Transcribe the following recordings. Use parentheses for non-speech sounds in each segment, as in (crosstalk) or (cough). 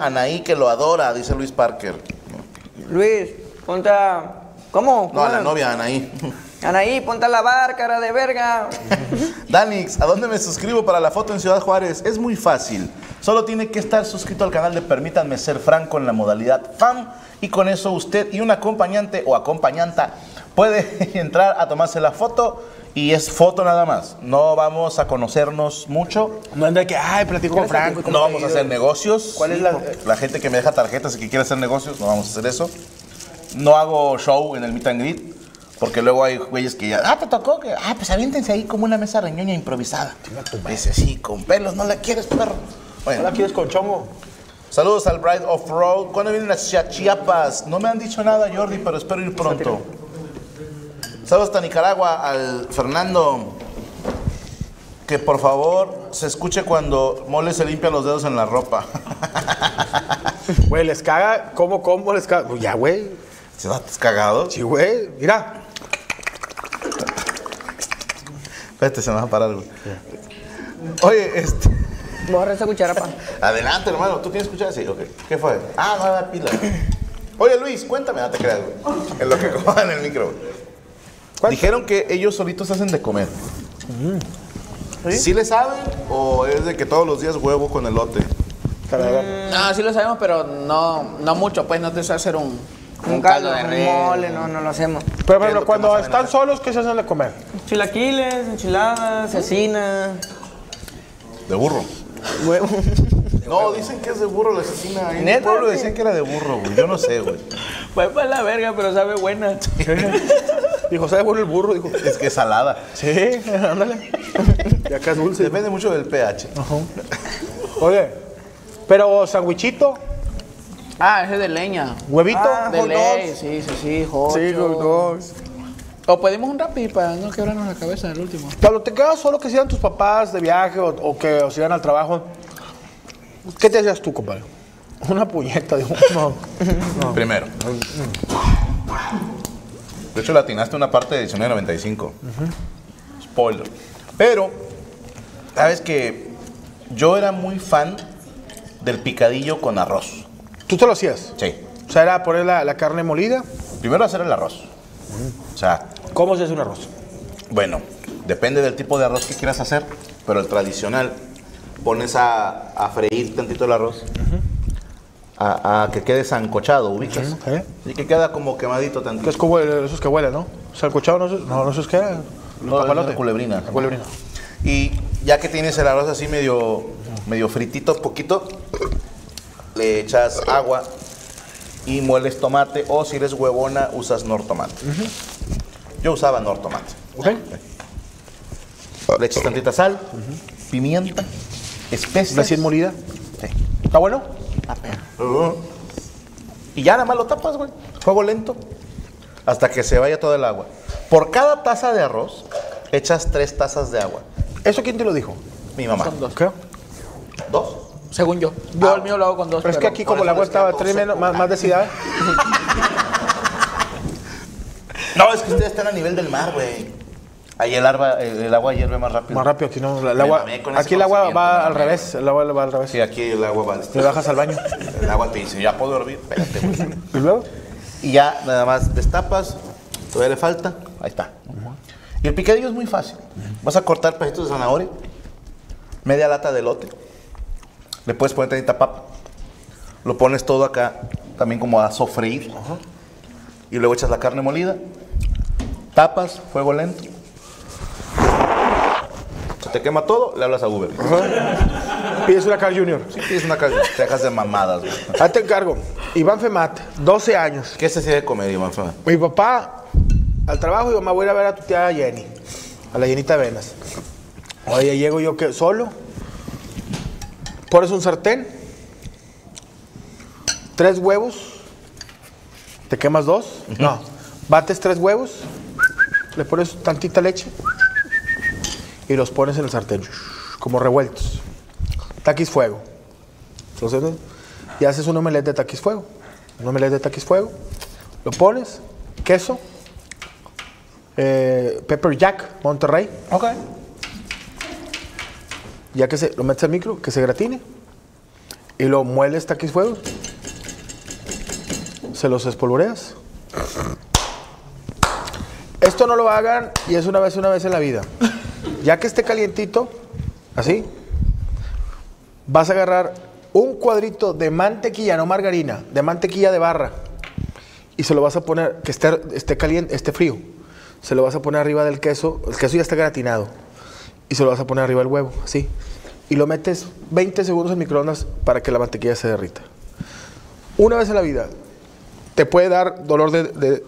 Anaí que lo adora, dice Luis Parker. Luis, ponte a... ¿Cómo? No, a la novia, Anaí. (laughs) Anaí, ponte a lavar, cara de verga. Danix, ¿a dónde me suscribo para la foto en Ciudad Juárez? Es muy fácil. Solo tiene que estar suscrito al canal de Permítanme Ser Franco en la modalidad FAM y con eso usted y un acompañante o acompañanta puede (laughs) entrar a tomarse la foto y es foto nada más. No vamos a conocernos mucho. No anda que, ay, platico con Franco. y con No vamos a hacer negocios. ¿Cuál es la- La gente que me deja tarjetas y que quiere hacer negocios, no vamos a hacer eso. No hago show en el meet and greet, porque luego hay güeyes que ya, ah, te tocó, que, ah, pues aviéntense ahí como una mesa reñoña improvisada. Dice, sí, con pelos, no la quieres, perro. Bueno, ¿No la quieres con chongo? saludos al Bride of Road. ¿Cuándo vienen a Chia- Chiapas? No me han dicho nada, Jordi, pero espero ir pronto. Saludos a Nicaragua, al Fernando. Que por favor se escuche cuando Mole se limpia los dedos en la ropa. (laughs) Güey, les caga. ¿Cómo, cómo les caga? Pues ya, güey. ¿Se va cagado? Sí, güey. Mira. Espérate, se me va a parar, güey. Oye, este. Borra esa cuchara, (laughs) pa. Adelante, hermano. ¿Tú tienes escuchar? Sí, ok. ¿Qué fue? Ah, no, la pila. Oye, Luis, cuéntame, no te creas, güey. En lo que coman el micro. güey. Dijeron que ellos solitos hacen de comer. Mm. ¿Sí? le saben o es de que todos los días huevo con elote? Cara de verga. No, sí lo sabemos, pero no, no mucho, pues no te sé hacer un, un, caldo, de res. mole, no, no lo hacemos. Pero, ¿Qué es lo bueno, que cuando más saben están hacer? solos, ¿qué se hacen de comer? Chilaquiles, enchiladas, cecina, De burro. huevo. No, dicen que es de burro la asesina. En el ¿Neta? pueblo decían que era de burro, güey. Yo no sé, güey. Fue para la verga, pero sabe (laughs) buena. Dijo, ¿sabe bueno el burro? Dijo, Es que es salada. sí, (laughs) ándale. Y acá es dulce. Depende mucho del pH. Oye, pero sandwichito, Ah, ese es de leña. huevito. Ah, de hot ley, dogs. sí, sí, Ah, sí, hot Sí, dog. hot dogs. O pedimos un rapi para no quebrarnos la cabeza el último. Cuando te quedas solo que sigan tus papás de viaje o, o que os iban al trabajo, ¿qué te hacías tú, compadre? Una puñeta, digo, no. Primero. De hecho, latinaste una parte de 1995. Spoiler. Pero, sabes que yo era muy fan del picadillo con arroz. ¿Tú te lo hacías? Sí. O sea, era poner la, la carne molida. Primero hacer el arroz. O sea, ¿Cómo se hace un arroz? Bueno, depende del tipo de arroz que quieras hacer, pero el tradicional, pones a, a freír tantito el arroz, a, a que quede sancochado, ubicas. Ujú, ok. Y que queda como quemadito tantito. Que es como el- esos que huelen, ¿no? Salcochado, no, sé- no, no sé qué era. El No, es papalote. la culebrina. La culebrina. Y ya que tienes el arroz así medio, medio fritito, poquito, le echas agua y mueles tomate o si eres huevona usas nortomate. Yo usaba nortomate. ¿Ok? Le echas tantita sal, pimienta, especias. Recién molida. ¿Está bueno? Y ya nada más lo tapas, güey. Fuego lento. Hasta que se vaya todo el agua. Por cada taza de arroz, echas tres tazas de agua. ¿Eso quién te lo dijo? Mi mamá. Son dos. ¿Qué? ¿Dos? Según yo. Yo el mío lo hago con dos. Pero es que aquí como el agua estaba tres menos, más, ¿eh? más decidada, No, es que ustedes están a nivel del mar, güey. Ahí el, arba- el, el agua hierve más rápido. más rápido aquí no, el Me agua, mamé con ese aquí el agua conocimiento, va no, al no, revés, el agua va al revés. Sí, aquí el agua va. Te bajas al baño. El agua te dice, ya puedo dormir. Espérate, güey. Y luego, Y ya nada más destapas, todavía le falta, ahí está. Y el picadillo es muy fácil. Vas a cortar pedacitos de zanahoria, media lata de elote, le puedes poner tantita papa, lo pones todo acá también como a sofreír y luego echas la carne molida, tapas, fuego lento. Se te quema todo, le hablas a Uber. pides una Carl Junior. Si tienes una casa, te dejas de mamadas. güey. Ahí te encargo. Iván Femat, 12 años. ¿Qué se sirve de comer, Iván? Fama? Mi papá al trabajo y mamá voy a ir a ver a tu tía Jenny, a la Jenita Venas. Oye, llego yo que solo. Pones un sartén, tres huevos, te quemas dos, no, bates tres huevos, le pones tantita leche y los pones en el sartén, como revueltos. Taquis fuego. ¿Los entiendes? Y haces un omelette de taquis fuego. Un omelette de taquis fuego. Lo pones, queso, eh, pepper jack, Monterrey. Ok. Ya que se lo metes al micro, que se gratine. Y lo mueles taquis fuego. Se los espolvoreas. Esto no lo hagan y es una vez, una vez en la vida. Ya que esté calientito, así, vas a agarrar un cuadrito de mantequilla, no margarina, de mantequilla de barra. Y se lo vas a poner, que esté, esté caliente, esté frío. Se lo vas a poner arriba del queso. El queso ya está gratinado. Y se lo vas a poner arriba del huevo, así. Y lo metes 20 segundos en microondas para que la mantequilla se derrita. Una vez en la vida, te puede dar dolor de, de-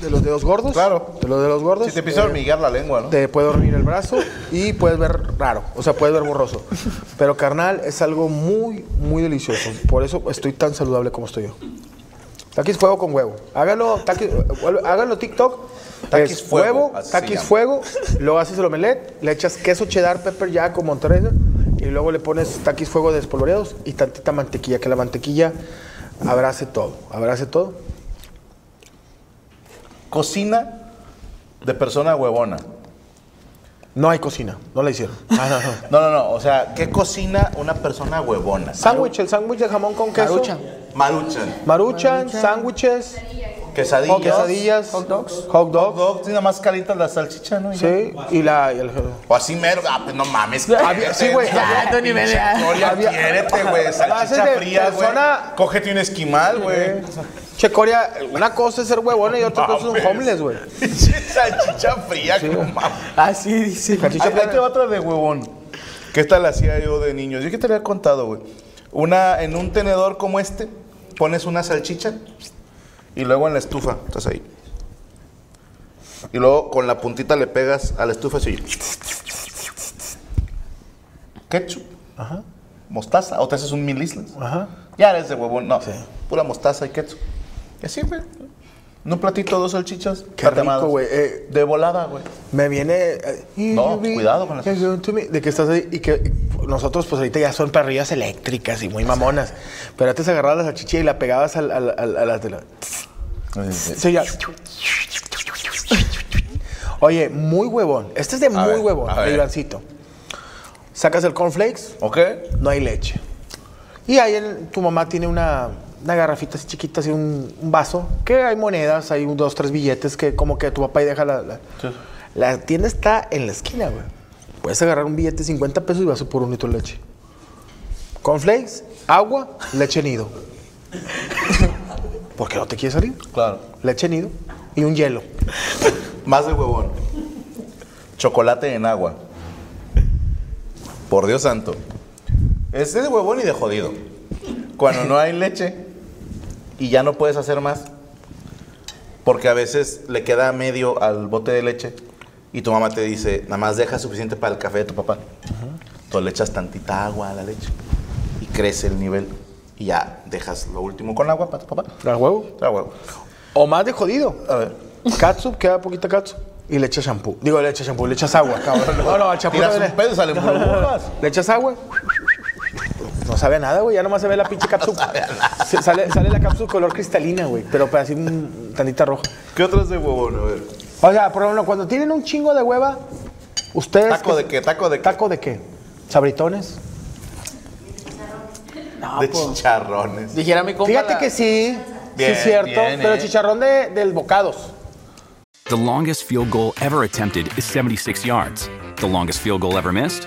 de los dedos gordos. Claro. De los dedos gordos. Si te empieza a eh, hormiguear la lengua, ¿no? te puede dormir el brazo y puedes ver raro, o sea, puedes ver borroso. Pero carnal es algo muy, muy delicioso. Por eso estoy tan saludable como estoy yo. Taquis fuego con huevo. Hágalo, taquis, vuelve- hágalo TikTok. Taquis Es fuego, huevo, así se taquis llama. fuego, luego haces el omelette, le echas queso cheddar, pepper jack o Monterrey y luego le pones taquis fuego despolvoreados y tantita mantequilla, que la mantequilla abrace todo, abrace todo. Cocina de persona huevona. No hay cocina, no la hicieron. Ah, no, no. No, no, no. O sea, ¿qué cocina una persona huevona? Sándwich, el sándwich de jamón con queso. Marucha. Maruchan. Maruchan, sándwiches, Quesadillas. o quesadillas, hot dogs. hot Hot dogs, dogs, y nada más calientas la salchicha, ¿no? Y ya. sí, y la... y el- O así mero. Ah, pues no mames. Había- sí, güey. Ya, Ya, Tony, pinche ya. Coria, Había- quiérete, güey. Salchicha Haces de fría, güey. persona- Cógete un esquimal, güey. Che, Coria, una cosa es ser huevona y otra cosa es Mames. un homeless, güey. (laughs) Pinche salchicha fría, como mames. Así (laughs) dice. Salchicha Ahí- ahí plana. te va otra de huevón. Que esta la hacía yo de niño. Yo que te la había contado, güey. Una, en un tenedor como este, pones una salchicha y luego en la estufa, estás ahí. Y luego con la puntita le pegas a la estufa así. Ketchup. Mostaza. O te haces un mil islas. Ajá. Ya eres de huevón. No, pura mostaza y ketchup. Y así, güey. En un platito, dos salchichas. Qué rico, tatemadas. güey, eh. de volada, güey. Me viene... eh, No, you be- cuidado con las- you're going to me- De que estás ahí y que nosotros pues ahorita ya son parrillas eléctricas y muy mamonas. Pero antes agarrabas la salchicha y la pegabas al, al, al- a la tela. Sí, ya. Oye, muy huevón. Este es de muy ver, huevón, a ver. el gancito. Sacas el cornflakes, ¿Ok? no hay leche. Y ahí en- tu mamá tiene una, una garrafita así chiquita, así un, un vaso, que hay monedas, hay un, dos, tres billetes que como que tu papá ahí deja la... La, la tienda está en la esquina, güey. Puedes agarrar un billete de 50 pesos y vas a por un litro de leche. Cornflakes, agua, leche nido. (laughs) ¿Por qué no te quieres salir? Claro. Leche nido y un hielo. Más de huevón. Chocolate en agua. Por Dios santo. Es de huevón y de jodido. Cuando no hay leche y ya no puedes hacer más, porque a veces le queda medio al bote de leche y tu mamá te dice, nada más deja suficiente para el café de tu papá. Entonces le echas tantita agua a la leche y crece el nivel y ya dejas lo último con agua para tu papá. ¿Al huevo? Ah, huevo. O más de jodido. A ver. Katsup, queda poquita katsup. Y le echas shampoo. Digo, le echas (laughs) shampoo, le echas agua, cabrón. No, no, al shampoo. Tiras no le- un pedo y salen burbujas. Le echas agua. No sabe a nada, güey. Ya nomás se ve la (laughs) pinche cápsula. Se- sale, sale la cápsula color cristalina, güey. Pero para así un tantita roja. ¿Qué otras de huevón? A ver. O sea, por ejemplo, cuando tienen un chingo de hueva, ustedes. ¿Taco de qué? ¿Taco de qué? ¿Taco de qué? ¿Sabritones? Ah, de pues. chicharrones. Dijera mi compa. Fíjate la- que sí. sí, Bien, es cierto. bien, pero eh. chicharrón de, del bocados. The longest field goal ever attempted is 76 yards. The longest field goal ever missed?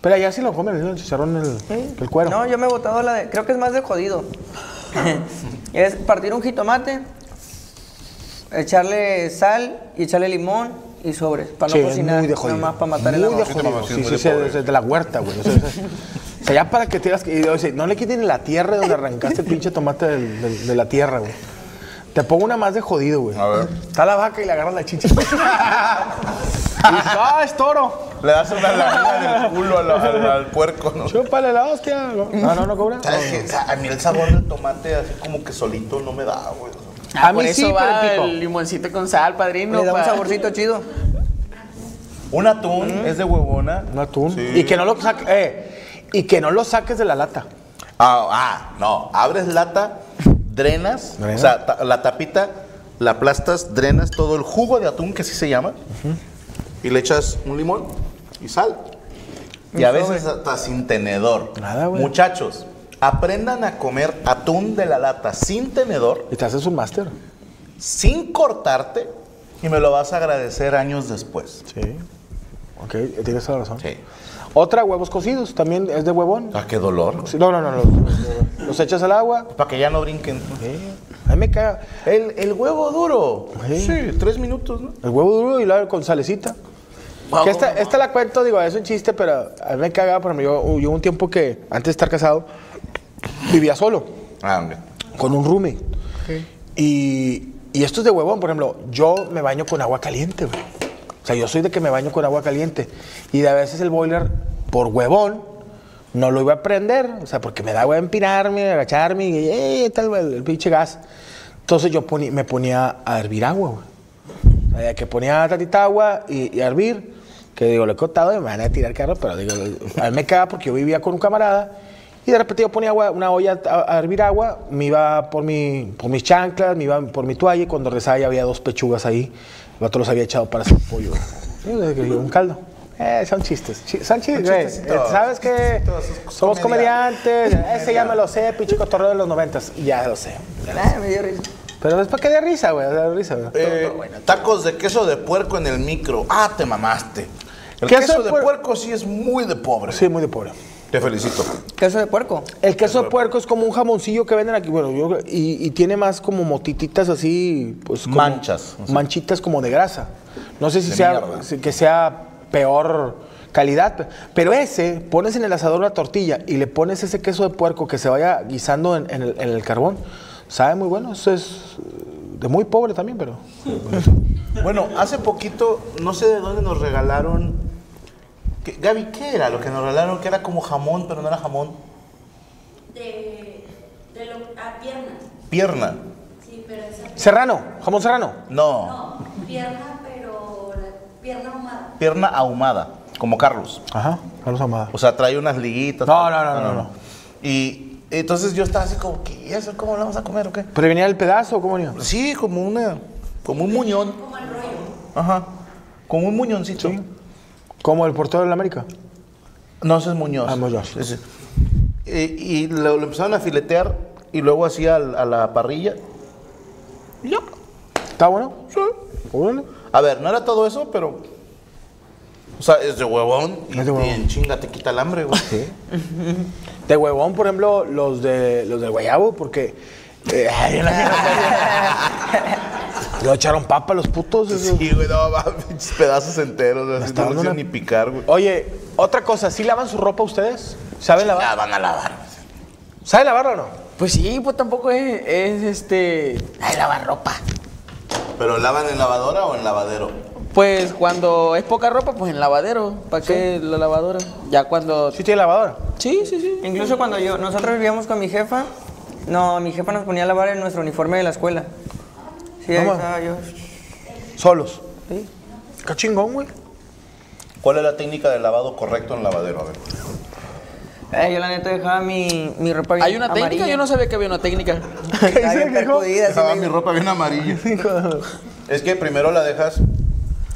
Pero allá sí lo comen, ¿no? El chicharrón, el, el cuero. No, yo me he botado la de. Creo que es más de (laughs) jodido. es partir un jitomate, echarle sal y echarle limón y sobres. Para Sí, no es cocinar. muy de jodido. Nada más para matar el muy de agua. Sí, jodido. sí, Sí, muy sí, de sí, pobre. desde la huerta, güey. O sea, o sea, o sea, ya para que tiras. Y, o sea, no le quiten la tierra donde arrancaste el pinche tomate del- del- de la tierra, güey. Te pongo una más de jodido, güey. A ver. Está la vaca y le agarras (laughs) la chicha. Y, ¡Ah, es toro! Le das una lamida en el culo al, (laughs) al- al puerco, ¿no? Chúpale la hostia. No, no, no cobra. ¿Sabes qué? A mí el sabor del tomate así como que solito no me da, güey. Ah, A mí por sí, eso pero va pico. el limoncito con sal, padrino. Le da un pa- saborcito chido. Un atún Mm. es de huevona. Un atún. Sí. Y que no lo saques. Eh, y que no lo saques de la lata. Ah, ah, no. Abres lata, drenas, Drena. o sea, ta- la tapita, la aplastas, drenas todo el jugo de atún, que así se llama, y le echas un limón y sal. Y a veces hasta sin tenedor. Nada, güey. Muchachos, aprendan a comer atún de la lata sin tenedor, Y te haces un máster. sin cortarte, y me lo vas a agradecer años después. Sí. Ok, tienes toda la razón. Sí. Otra, huevos cocidos. También es de huevón. Ah, qué dolor. Sí, No, no, no. Los, los echas al agua. Para que ya no brinquen. A mí me caga. El, el huevo duro. Sí. Sí, tres minutos, ¿no? El huevo duro y luego con salecita. Que esta, esta la cuento, digo, es un chiste, pero a mí me cagaba. Pero yo, yo un tiempo que, antes de estar casado, vivía solo, Ah, hombre. con un roomie. Y, y esto es de huevón, por ejemplo, yo me baño con agua caliente, güey. O sea, yo soy de que me baño con agua caliente. Y de a veces el boiler, por huevón, no lo iba a prender. O sea, porque me da hueva empinarme, agacharme y eh, tal, el, el pinche gas. Entonces yo poni- me ponía a hervir agua, güey. O sea, que ponía tantita agua y, y a hervir, que digo, lo he contado y me van a tirar carro, pero digo, lo- a mí me caga porque yo vivía con un camarada y de repente yo ponía agua, una olla a, a hervir agua, me iba por, mi, por mis chanclas, me iba por mi toalla y cuando rezaba ya había dos pechugas ahí. El vato los había echado para hacer pollo. Y yo dije, un caldo. Eh, son chistes. chi- son chistes, güey. chistecitos, Eh, ¿Sabes qué? chistecitos, es Somos comedia. comediantes. (laughs) Ese ya me lo sé, pinche cotorreo de los noventas. Ya lo sé. Ah, me dio risa. Pero es para que dé risa, güey. Da risa, güey. Eh, tacos de queso de puerco en el micro. Ah, te mamaste. El Queso queso, de de puer- puerco sí es muy de pobre. Sí, muy de pobre. Te felicito. Queso de puerco. El queso de puerco es como un jamoncillo que venden aquí, bueno, yo, y, y tiene más como motititas así, pues como- Manchas, o sea. manchitas como de grasa. No sé si De sea mierda. si- que sea peor calidad, pe- pero ese pones en el asador una tortilla y le pones ese queso de puerco que se vaya guisando en, en el, en el carbón. Sabe muy bueno, eso es eh, de muy pobre también, pero Bueno, hace poquito, no sé de dónde nos regalaron. que- Gaby, ¿qué era lo que nos regalaron? Que era como jamón, pero no era jamón. de, de lo, a pierna. Pierna. Sí, pero esa serrano, jamón serrano. No, pierna, pero la pierna ahumada. pierna ahumada, como Carlos. Ajá, Carlos Amada. O sea, trae unas liguitas. No, no, no, no, no. Y entonces yo estaba así como, ¿qué? ¿Y eso? ¿Cómo lo vamos a comer o qué? ¿Pero venía el pedazo o cómo venía? Sí, como una, como un muñón. Como el rollo. Ajá, como un muñoncito. ¿Como el portero de la América? No, ese es Muñoz. Ah, Muñoz. Ese. Eh, Y, lo, lo empezaron a filetear y luego hacía a la parrilla. Y ya. ¿Está bueno? Sí. Órale. A ver, no era todo eso, pero. O sea, es de huevón y, Es de huevón. y en chinga te quita el hambre, güey. De huevón, por ejemplo, los de los del guayabo, porque. eh, ay, en la mierda. Luego echaron papa los putos. (laughs) esos. Sí, güey, no, va, pinches pedazos enteros, así, Hasta no lo una- hacían ni picar, güey. Oye, otra cosa, ¿sí lavan su ropa ustedes? ¿Saben lavar? La van a lavar. ¿Sabe lavarla o no? Pues sí, pues tampoco es, es este. Ay, lavar ropa. ¿Pero lavan en lavadora o en lavadero? Pues cuando es poca ropa, pues en lavadero. ¿Para qué la lavadora? Ya cuando. Sí tiene lavadora. Sí, sí, sí. Incluso cuando yo, nosotros vivíamos con mi jefa, no, mi jefa nos ponía a lavar en nuestro uniforme de la escuela. Sí, ahí Toma. estaba yo. Solos. Qué chingón, güey. ¿Cuál es la técnica de lavado correcto en lavadero? A ver. Eh, yo la neta dejaba mi, mi ropa bien Hay una técnica, amarilla. yo no sabía que había una técnica. (laughs) Está bien percudida, así Dejaba me- mi ropa bien (laughs) amarilla. es que primero la dejas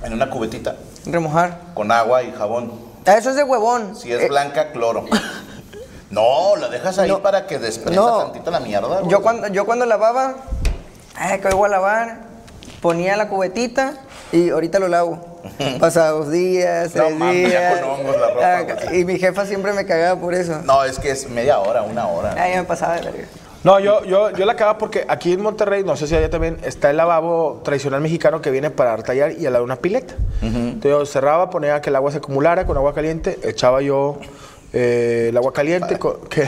en una cubetita Remojar. con agua y jabón. Ah, Eso es de huevón. Si es Eh, blanca, cloro. No, la dejas ahí No. para que desprenda No. tantito la mierda. güey. Yo cuando, yo cuando lavaba, ay, que hoy voy a lavar, ponía la cubetita y ahorita lo lavo. Pasados días, No tres mames, ya días. con hongos la ropa, Ah, güey. y mi jefa siempre me cagaba por eso. No, es que es media hora, una Eh. hora. Ay, me pasaba de verga. No, yo, yo, yo la cagaba porque aquí en Monterrey, no sé si allá también, está el lavabo tradicional mexicano que viene para tallar y al lado una pileta. Entonces yo cerraba, ponía que el agua se acumulara con agua caliente, echaba yo eh, el agua caliente. con- que-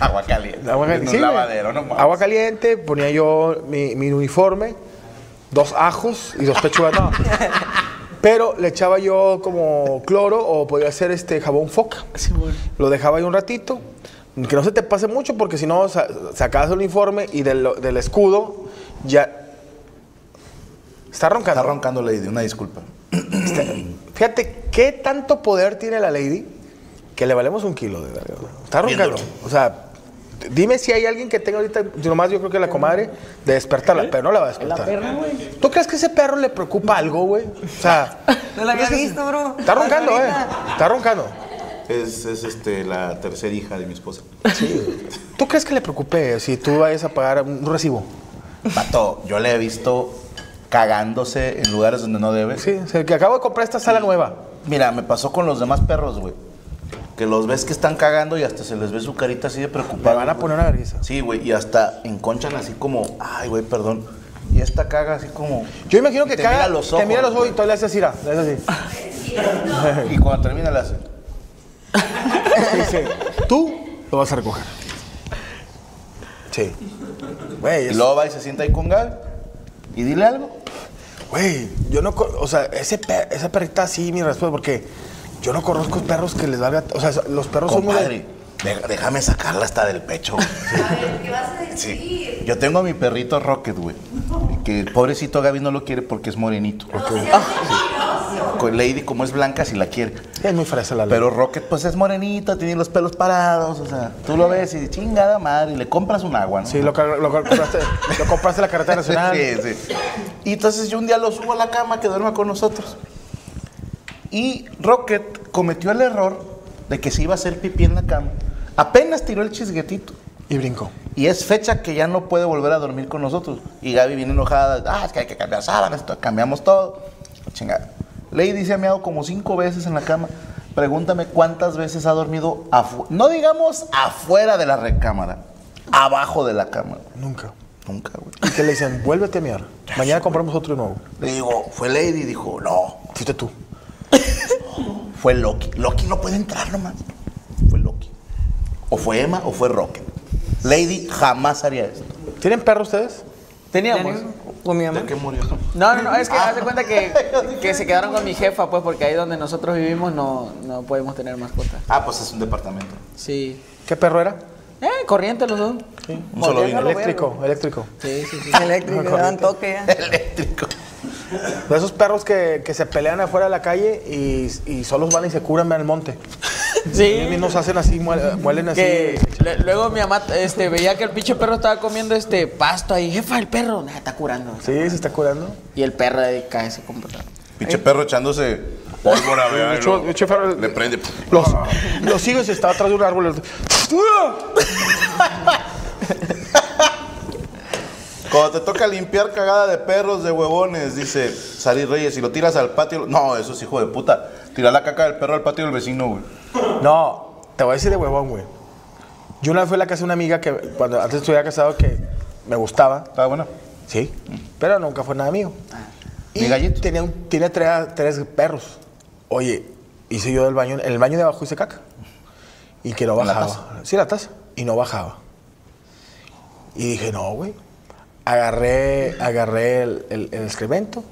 Agua caliente. agua En caliente, un sí, güey. lavadero, no mames. Agua caliente, ponía yo mi, mi uniforme, dos ajos y dos pechugas. (laughs) no. Pero le echaba yo como cloro o podía hacer este jabón foca. Lo dejaba ahí un ratito. Que no se te pase mucho porque si no sa- sacabas el uniforme y del, del escudo ya... Está roncando. Está roncando, Lady, una disculpa. Fíjate qué tanto poder tiene la lady que le valemos un kilo de verga. güey. Está roncando. Viéndolo. O sea, d- dime si hay alguien que tenga ahorita, si nomás yo creo que la comadre, de ¿Eh? despertarla, pero no la va a despertar. ¿Tú crees que ese perro le preocupa algo, güey? O sea, (laughs) No la había ¿crees que- visto, bro. Está roncando, eh. Ahorita. Está roncando. Es, es este, la tercera hija de mi esposa. ¿Tú crees que le preocupe si tú vayas a pagar un recibo? Pato, yo le he visto cagándose en lugares donde no debe. Sí, o sea, que acabo de comprar esta sala nueva. Mira, me pasó con los demás perros, güey. Que los ves que están cagando y hasta se les ve su carita así de preocupada. Le van a poner una vergüenza. Sí, güey, y hasta enconchan así como, ay, güey, perdón. Y esta caga así como. Yo imagino que te caga, mira los ojos. te mira los ojos y todavía le haces así, mira, le haces así. Y cuando termina la hace. Dice, tú lo vas a recoger. Sí. Güey, Y es- luego va y se sienta ahí con Gal. Y dile algo. güey, yo no, co- o sea, ese per- esa perrita sí, mi respeto, porque yo no conozco perros que les valga, o sea, los perros son muy... Compadre, de- déjame sacarla hasta del (laughs) pecho. güey. A ver, ¿qué vas a decir? Sí. Yo tengo a mi perrito Rocket, güey. Que el pobrecito Gaby no lo quiere porque es morenito. Con Lady, como es blanca, si la quiere. Es muy fresa la ley. Pero Rocket, pues es morenito, tiene los pelos parados. O sea, tú lo ves y chingada madre, y le compras un agua, ¿no? Sí, lo, car- lo compraste, lo compraste en la (laughs) carretera nacional. Sí, sí. Y entonces yo un día lo subo a la cama que duerma con nosotros. Y Rocket cometió el error de que se iba a hacer pipí en la cama. Apenas tiró el chisguetito. Y brincó. Y es fecha que ya no puede volver a dormir con nosotros. Y Gaby viene enojada. Ah, es que hay que cambiar sábanas, to- cambiamos todo. Chingada. Lady se ha meado como cinco veces en la cama. Pregúntame cuántas veces ha dormido afu- No digamos afuera de la recámara. Abajo de la cama. Nunca. Nunca, güey. Y que le dicen, vuélvete a miar. Mañana compramos otro nuevo. Le digo, fue Lady. Dijo, no. Fuiste tú. Fue Loki. Loki no puede entrar nomás. Fue Loki. O fue Emma o fue Rocket. Lady jamás haría esto. ¿Tienen perro ustedes? Teníamos. Con mi mamá. (laughs) murió? No, no, no, (laughs) es que haz de cuenta que, que se quedaron con mi jefa, pues, porque ahí donde nosotros vivimos no, no podemos tener mascota. Ah, pues es un departamento. Sí. ¿Qué perro era? Eh, corriente los dos. Un solo Voltealo, vino. güey. Eléctrico, eléctrico. Sí, sí, sí. Eléctrico, le daban toque ya. Eléctrico. De Pues esos perros que, que se pelean afuera de la calle y, y solos van y se curan en el monte. Ellos (laughs) Sí. mismos hacen así, muel- muelen así. Que le- luego mi mamá este, veía que el pinche perro estaba comiendo este pasto ahí. Jefa, el perro. Nah, está curando. Sí, se está curando. Y el perro ahí cae se computador. Pinche perro echándose pólvora, vea, y Mucho- lo- mucho ferro- Le prende. Los, los hijos estaba atrás de un árbol. el- Cuando te toca limpiar cagada de perros, de huevones, dice Sari Reyes, si lo tiras al patio. No, eso es hijo de puta. Tirar la caca del perro al patio del vecino, güey. No, te voy a decir de huevón, güey. Yo una vez fui a la casa de una amiga que cuando antes estuviera casado que me gustaba, Está bueno. sí, pero nunca fue nada mío. Mi gallito. Tenía, un- tenía tres, tres perros. Oye, hice yo del baño, en el baño de abajo hice caca. Y que no ¿En la bajaba. sí, la taza. Y no bajaba. Y dije, no, güey. Agarré, agarré el, el- el excremento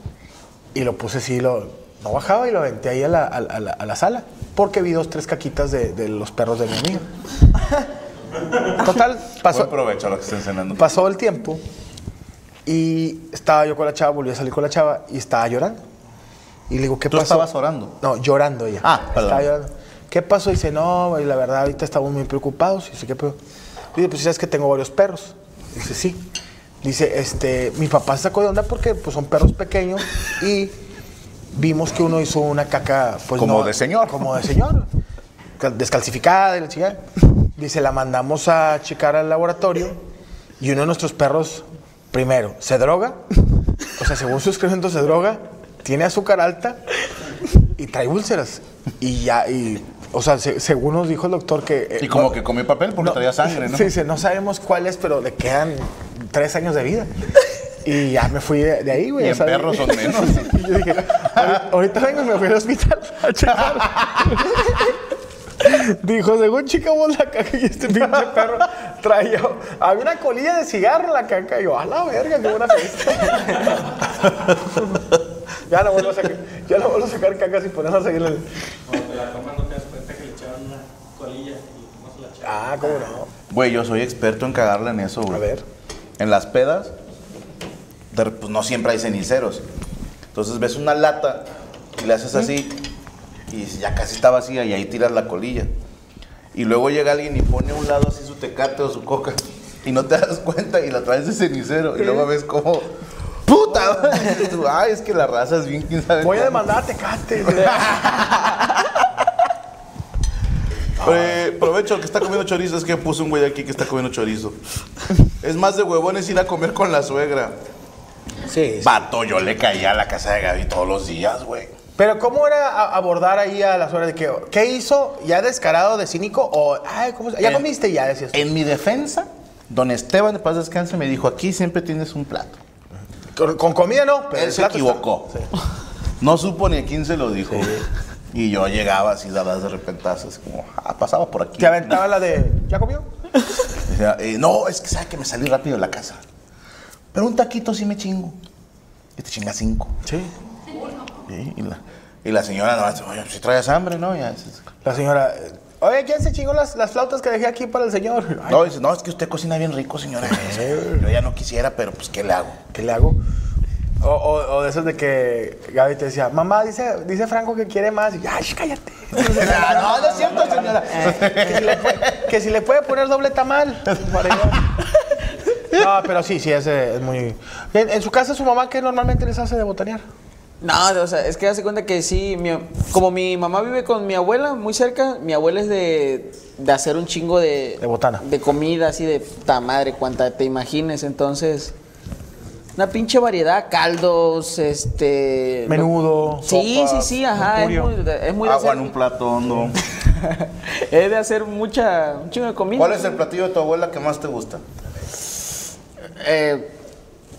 y lo puse así, lo, no bajaba y lo aventé ahí a la, a la- a la- a la sala. Porque vi dos, tres caquitas de, de los perros de mi amigo. Total, pasó, Buen provecho a los que estén cenando. Pasó el tiempo y estaba yo con la chava, volví a salir con la chava y estaba llorando. Y le digo, ¿qué ¿Tú pasó? estabas orando? No, llorando ella. Ah, perdón. Estaba llorando. ¿Qué pasó? Y dice, no, güey, la verdad, ahorita estamos muy preocupados. Y dice, ¿qué pedo? Dice, pues sabes que tengo varios perros. Dice, sí. Dice, este, mi papá se sacó de onda porque pues, son perros pequeños y vimos que uno hizo una caca, pues Como no- de señor. Como de señor. Cal- Descalcificada y la chingada. Dice, la mandamos a checar al laboratorio y uno de nuestros perros, primero, se droga. O sea, según su excremento se droga, tiene azúcar alta y trae úlceras. Y ya, y, o sea, se- según nos dijo el doctor que... eh, Y como no- que comí papel porque traía sangre, ¿no? Sí, dice, no sabemos cuál es, pero le quedan tres años de vida. Y ya me fui de, de ahí, güey. Y o en sea, perros (laughs) son menos. Y yo dije, "Ahori- ahorita vengo y me voy (laughs) al hospital Ah, a checar. Dijo, según chicamos la caca y este pinche perro traía... Había una colilla de cigarro en la caca. Y yo, a la verga, qué buena fiesta. (laughs) ya no vuelvo a sacar, ya no vuelvo a sacar caca si pones a seguirle. Ah, cómo no. Güey, yo soy experto en cagarla en eso, güey. A ver. En las pedas, de re- pues no siempre hay ceniceros. Entonces ves una lata y le haces así y ya casi está vacía y ahí tiras la colilla. Y luego llega alguien y pone a un lado así su tecate o su coca y no te das cuenta y la traes de cenicero y luego ves como... ¡Puta! (laughs) madre", y dices tú, Ay, es que la raza es bien, quién sabe. Voy a cómo". demandar a Tecate. Eh, provecho, el que está comiendo chorizo es que puso un güey aquí que está comiendo chorizo. Es más de huevones ir a comer con la suegra. Sí, Vato, yo le caía a la casa de Gaby todos los días, güey. Pero ¿cómo era a- abordar ahí a las horas de que qué hizo ya descarado de cínico o ay, ¿cómo se- ya Eh, comiste y ya decías? En mi defensa, don Esteban de Paz Descanse me dijo, aquí siempre tienes un plato. con, con comida no, pero Él el se plato está- equivocó. No supo ni a quién se lo dijo. Y yo llegaba así, dadas de repentazo, así como, ah, pasaba por aquí. Te aventaba la de ¿ya comió? Decía, eh, no, es que sabe que me salí rápido de la casa. Pero un taquito sí me chingo. Y te chinga cinco. Sí. Sí, Y la, y la señora nomás, oye, si traes hambre, ¿no? Ya, es- es- La señora, "Oye, ¿quién se chingó las, las flautas que dejé aquí para el señor?" Ay, no, dice, no, es que usted cocina bien rico, señora. Yo ya no quisiera, pero pues, ¿qué le hago? ¿Qué le hago? O, o- o de esos de que Gaby te decía, mamá, dice, dice Franco que quiere más. Y, Ay, (laughs) cállate. Ah, no, no es cierto, señora. que, si le puede, que si le puede poner (laughs) doble tamal. para yo. No, pero sí, sí, ese es muy. En, en su casa, su mamá, ¿qué normalmente les hace de botanear? No, o sea, es que hace cuenta que sí, mi- como mi mamá vive con mi abuela muy cerca, mi abuela es de, de hacer un chingo de... De botana. De comida, así de puta madre, cuanta te imagines, entonces... Una pinche variedad, caldos, este... lo- Menudo, Sí, sopas, sí, sí, ajá, es mercurio. muy, de- es muy de Agua hacer... en un plato hondo. (laughs) es de hacer mucha, un chingo de comida. ¿Cuál es el platillo de tu abuela que más te gusta? Eh,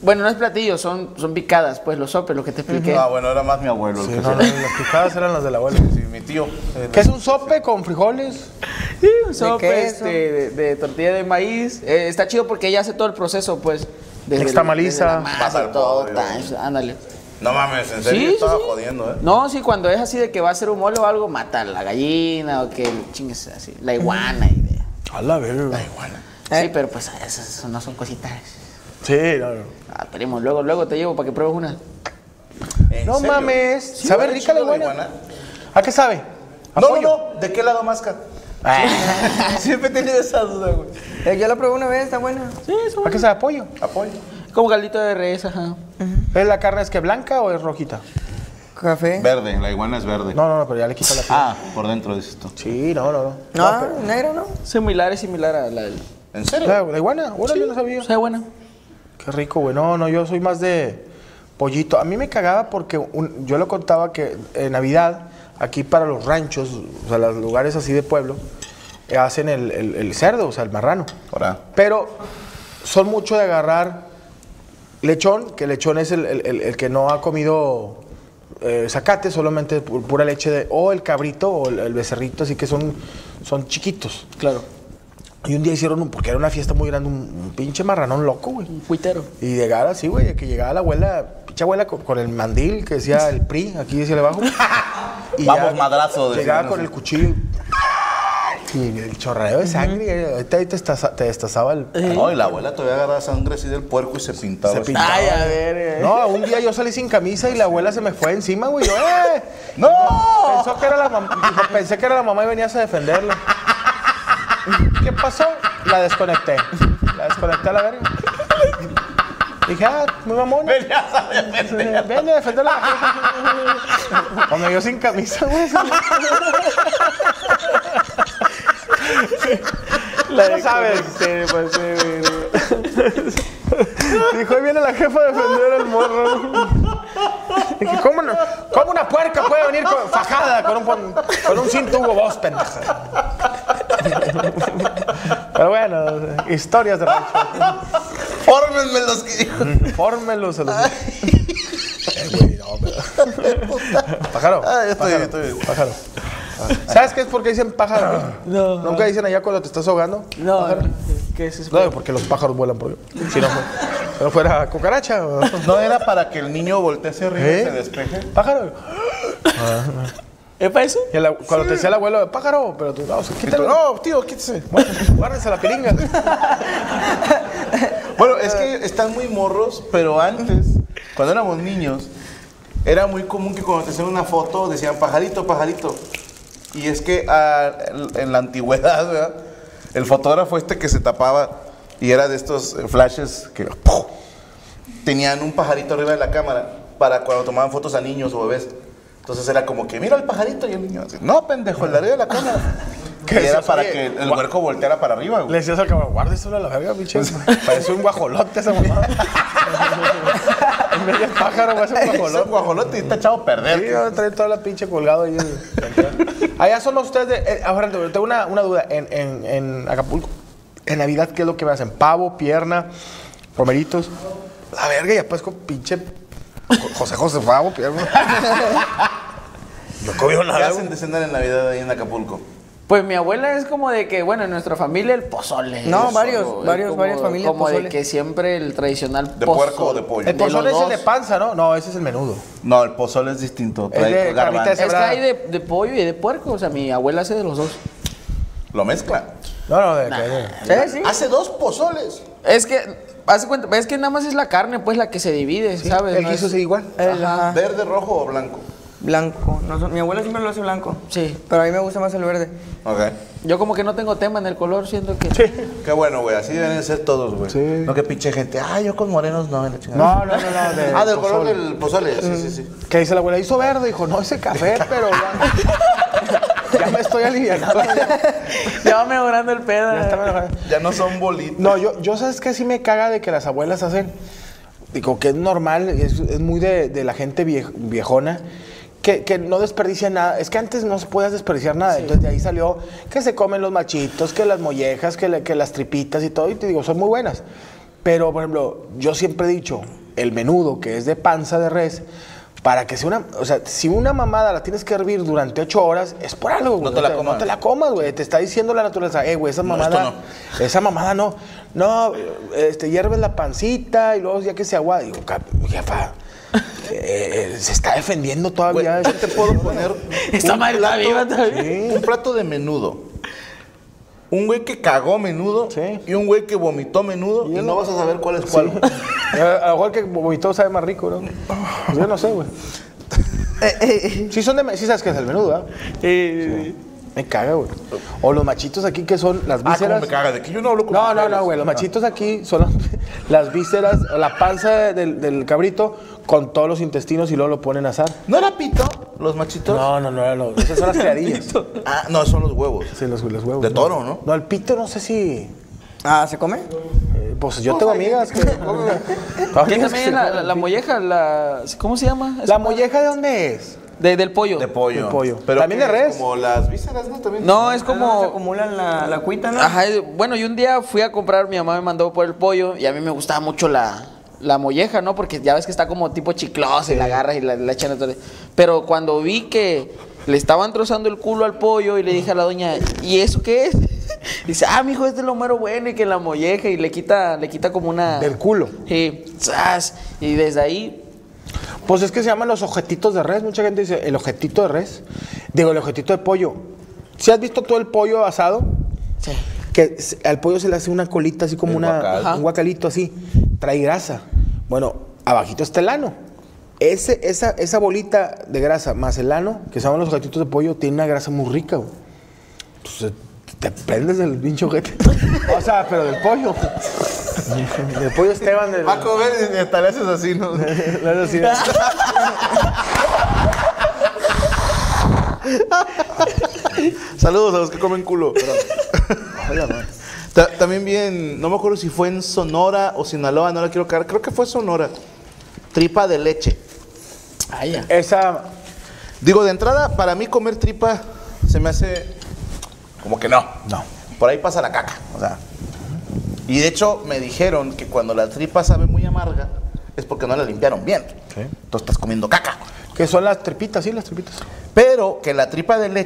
bueno, no es platillo, son, son picadas, pues, los sopes, lo que te expliqué. Ah, bueno, era más mi abuelo. el Sí, que (laughs) no, no, hacía. las picadas eran las de la abuela. Sí, mi tío. eh, ¿Qué es un sope con frijoles? Sí, un sope queso. este, de, de tortilla de maíz. Eh, está chido porque ella hace todo el proceso, pues. Desde Nixtamaliza. la- desde la masa, Pasa el todo, pollo. ta, es- ándale. No mames, en Sí, serio, sí, estaba sí. jodiendo, ¿eh? No, sí, cuando es así de que va a ser un mole o algo, mata a la gallina o que chingues así, la iguana. Y de- A la verga. Sí, pero pues esas no son cositas. Sí, no, no. Ah, primo, luego, luego te llevo para que pruebes una. ¿En No serio? mames, Sí, ¿sabe güey, rica la chido de iguana? ¿A qué sabe? ¿A No, no, pollo? no. ¿De qué lado masca? Ah. (laughs) Siempre he tenido esa duda, güey. Eh, yo la probé una vez, está buena. Sí, es ¿A qué sabe a pollo? Apoyo. como caldito de res, ajá. ¿Es la carne es que blanca o es rojita? Café. Verde, la iguana es verde. No, no, no, pero ya le quito la piel. Ah, por dentro dices tú. Sí, no, no, no. No, negro no. Similar, es similar a la del... ¿En pero- serio? La, la iguana, órale, no sabía. O sea, bueno. Qué rico, güey. No, no, yo soy más de pollito. A mí me cagaba porque un- yo lo contaba que en Navidad, aquí para los ranchos, o sea, los lugares así de pueblo, eh, hacen el, el- el cerdo, o sea, el marrano. Ahora. Pero son mucho de agarrar lechón, que lechón es el, el- el- el que no ha comido eh, zacate, solamente pu- pura leche de, o el cabrito o el, el becerrito, así que son, son chiquitos. Claro. Y un día hicieron, un, porque era una fiesta muy grande, un, un pinche marranón loco, güey. Un Cuitero. Y llegaba así, güey, de que llegaba la abuela, pinche abuela con, con el mandil que decía el PRI, aquí decía abajo. (laughs) y Vamos, madrazo, decían Llegaba con así. el cuchillo. Y el chorreo de sangre, eh, ahorita ahí te, estaza- te destazaba el... No, y la abuela todavía agarraba sangre así del puerco y se pintaba. Se así. pintaba. Ay, a ver. eh. (laughs) No, un día yo salí sin camisa y la abuela se me fue encima, güey. Yo, ¡eh! (laughs) ¡No! Pensó que era la mamá, pensé que era la mamá y venías a defenderla. ¿Qué pasó? La desconecté. La desconecté a la verga. Dije, ah, muy mamón. Venías a defender. Ven a defenderla. (laughs) Cuando yo sin (laughs) camisa, güey. La ya sabes. pues Dijo, ahí viene la jefa a defender el morro. Dije, ¿cómo, no- cómo una puerca puede venir con- fajada con un, pon- con un cinto Hugo Boss, pendeja? Pero bueno, historias de rancho. Fórmenme los que. (laughs) Fórmelos a los... Eh, güey, no, pero- Pájaro. Ah, ya estoy pájaro, bien, estoy bien. pájaro. ¿Sabes qué es porque dicen pájaro? No. ¿Nunca dicen allá cuando te estás ahogando? No, Pájaro. ¿qué es eso? No, porque los pájaros vuelan por Si no, si no fuera cucaracha. ¿no? ¿No era para que el niño voltee hacia arriba y ¿Eh? se despeje? Pájaro. ¿Es para eso? Ah. Y el ab- cuando te decía el abuelo, pájaro, pero tú, no, quítalo. No, tío, quítese. (laughs) Bueno, guárdense la piringa. Bueno, es que están muy morros, pero antes, cuando éramos niños, era muy común que cuando te hacían una foto decían pajarito, pajarito. Y es que ah, en- en la antigüedad, ¿verdad? el fotógrafo este que se tapaba y era de estos eh, flashes que ¡puf! tenían un pajarito arriba de la cámara para cuando tomaban fotos a niños o bebés. Entonces era como que mira el pajarito y el niño así, no pendejo, el de arriba de la cámara. Que Que era se- para oye, que el gua- huerco volteara para arriba, güey. Le (laughs) decías al cabrón, guárdeselo a la verga, pinche. (laughs) Parece un guajolote esa (laughs) mamada. en vez de pájaro, güey, es un Es un guajolote. guajolote y está echado a perder. Sí, yo trae toda la pinche colgado (laughs) ahí. Allá son ustedes de. eh, ahora tengo una, una duda. En, en- en Acapulco, en Navidad, ¿qué es lo que me hacen? Pavo, pierna, romeritos. La verga, y después con pinche. Jo- José José Pavo, pierna. No comió ¿Qué nada. hacen de cenar en Navidad ahí en Acapulco? Pues mi abuela es como de que, bueno, en nuestra familia el pozole. No, es varios, solo- es varios, como- varias familias Como pozole. de que siempre el tradicional ¿De puerco o de pollo? El pozole los es el de dos. panza, ¿no? No, ese es el menudo. No, el pozole es distinto. Es Trae de carnita de garbanzo. Es que cebrada. hay de, de pollo y de puerco, o sea, mi abuela hace de los dos. Lo mezcla. No, no, de. de- ¿Eh? Sí. Hace dos pozoles. Es que, hace cuenta, es que nada más es la carne, pues, la que se divide, ¿sabes? El No guiso es- es Ah. igual. Ah. Ajá. ¿Verde, rojo o blanco? Blanco. Nos- mi abuela siempre lo hace blanco. Sí. Pero a mí me gusta más el verde. Ok. Yo como que no tengo tema en el color, siento que... Qué bueno, güey. Así deben de ser todos, güey. Sí. No que pinche gente. Ah, yo con morenos no, en la chingada. No, no, no, no. (laughs) de ah, del color pozole. Mm. del pozole. Sí, sí, sí. Que dice la abuela, hizo verde, dijo, no, ese café, pero (laughs) ya, ya me estoy aliviando. (laughs) ya va mejorando el pedo. Ya no son bolitas. No, yo, yo sabes que sí me caga de que las abuelas hacen, digo, que es normal, es, es muy de, de la gente viejo- viejona, que, que no desperdicia nada. Es que antes no se podía desperdiciar nada, entonces de ahí salió que se comen los machitos, que las mollejas, que, la- que las tripitas y todo, y te digo, son muy buenas. Pero, por ejemplo, yo siempre he dicho, el menudo, que es de panza de res, para que sea una, o sea, si una mamada la tienes que hervir durante ocho horas, es por algo, güey. te la comas. No te la comas, güey. Te está diciendo la naturaleza, eh, güey, esa No, mamada. esto Esa mamada no. No, este, hierves la pancita y luego ya que se agua. Digo, "Cap- jefa, eh, eh, se está defendiendo Güey, todavía. yo te puedo poner Esta un madre está viva todavía. Sí, un plato de menudo. Un güey que cagó menudo Sí. y un güey que vomitó menudo y, no vas a saber cuál es cuál. (laughs) Eh, A lo mejor que vomitó sabe más rico, ¿no? Pues Yo no sé, güey. Sí, son de, me- sí sabes que es el menudo, ¿verdad? Me caga, güey. O los machitos aquí que son las Ah, como vísceras. me caga de que yo no hablo con No, no, no, mujeres. Ah. güey. Los machitos aquí son las, (laughs) las vísceras, la panza del, del cabrito con todos los intestinos y luego lo ponen a asar. ¿No era pito los machitos? No, no, no, no. (laughs) Esas son las criadillas. Ah, no, son los huevos. Sí, los, los huevos. De toro, ¿no? No, el pito no sé si. Ah, ¿se come? eh, Pues yo (laughs) tengo amigas que. (laughs) Que Amigas que se comen también la, la- la pito. molleja, la... ¿Cómo se llama? ¿La molleja de dónde es? De- del pollo. De pollo. De pollo. Pero También ¿qué de es? res. Como las vísceras, ¿no? También. No, Ah, es ¿Cómo se como... acumulan la, la cuita, no? Ajá, eh, bueno, y un día fui a comprar, mi mamá me mandó por el pollo y a mí me gustaba mucho la, la molleja, ¿no? Porque ya ves que está como tipo chiclosa y la agarras y la, la echan a todo. Pero cuando vi que le estaban trozando el culo al pollo y le dije a la doña, ¿y eso qué es? (laughs) Dice, ah, mijo, este es lo mero bueno y que la molleja y le quita, le quita como una. Del culo. Sí. ¡zas! Y desde ahí. Pues es que se llaman los objetitos de res. Mucha gente dice el objetito de res. Digo, el objetito de pollo. Si has visto todo el pollo asado, Sí. que se- al pollo se le hace una colita así como El una, guacal. Ajá. un guacalito así, trae grasa. Bueno, abajito está el ano. Ese, esa, esa bolita de grasa más el ano, que se llaman los gatitos de pollo, tiene una grasa muy rica, güey. Entonces, te prendes del pinche ojete. o sea, pero del pollo. del pollo Esteban. Del, Va a comer y hasta le haces así, (laughs) ¿no? le haces así. Saludos a los que comen culo. perdón. Ta- También bien, no me acuerdo si fue en Sonora o Sinaloa, no la quiero cagar. Creo que fue Sonora. Tripa de leche. Ah, ya. Esa, Digo, de entrada, para mí comer tripa se me hace como que no. no. Por ahí pasa la caca. O sea. Y de hecho me dijeron que cuando la tripa sabe muy amarga es porque no la limpiaron bien. Sí. Entonces estás comiendo caca. Que son las tripitas, sí, las tripitas. Pero que la tripa de leche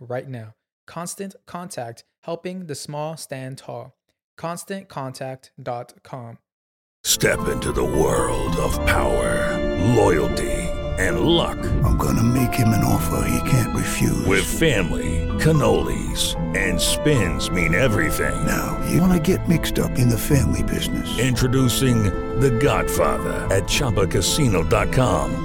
right now. Constant Contact, helping the small stand tall. ConstantContact.com. Step into the world of power, loyalty, and luck. I'm going to make him an offer he can't refuse. With family, cannolis, and spins mean everything. Now, you want to get mixed up in the family business? Introducing The Godfather at ChumbaCasino.com.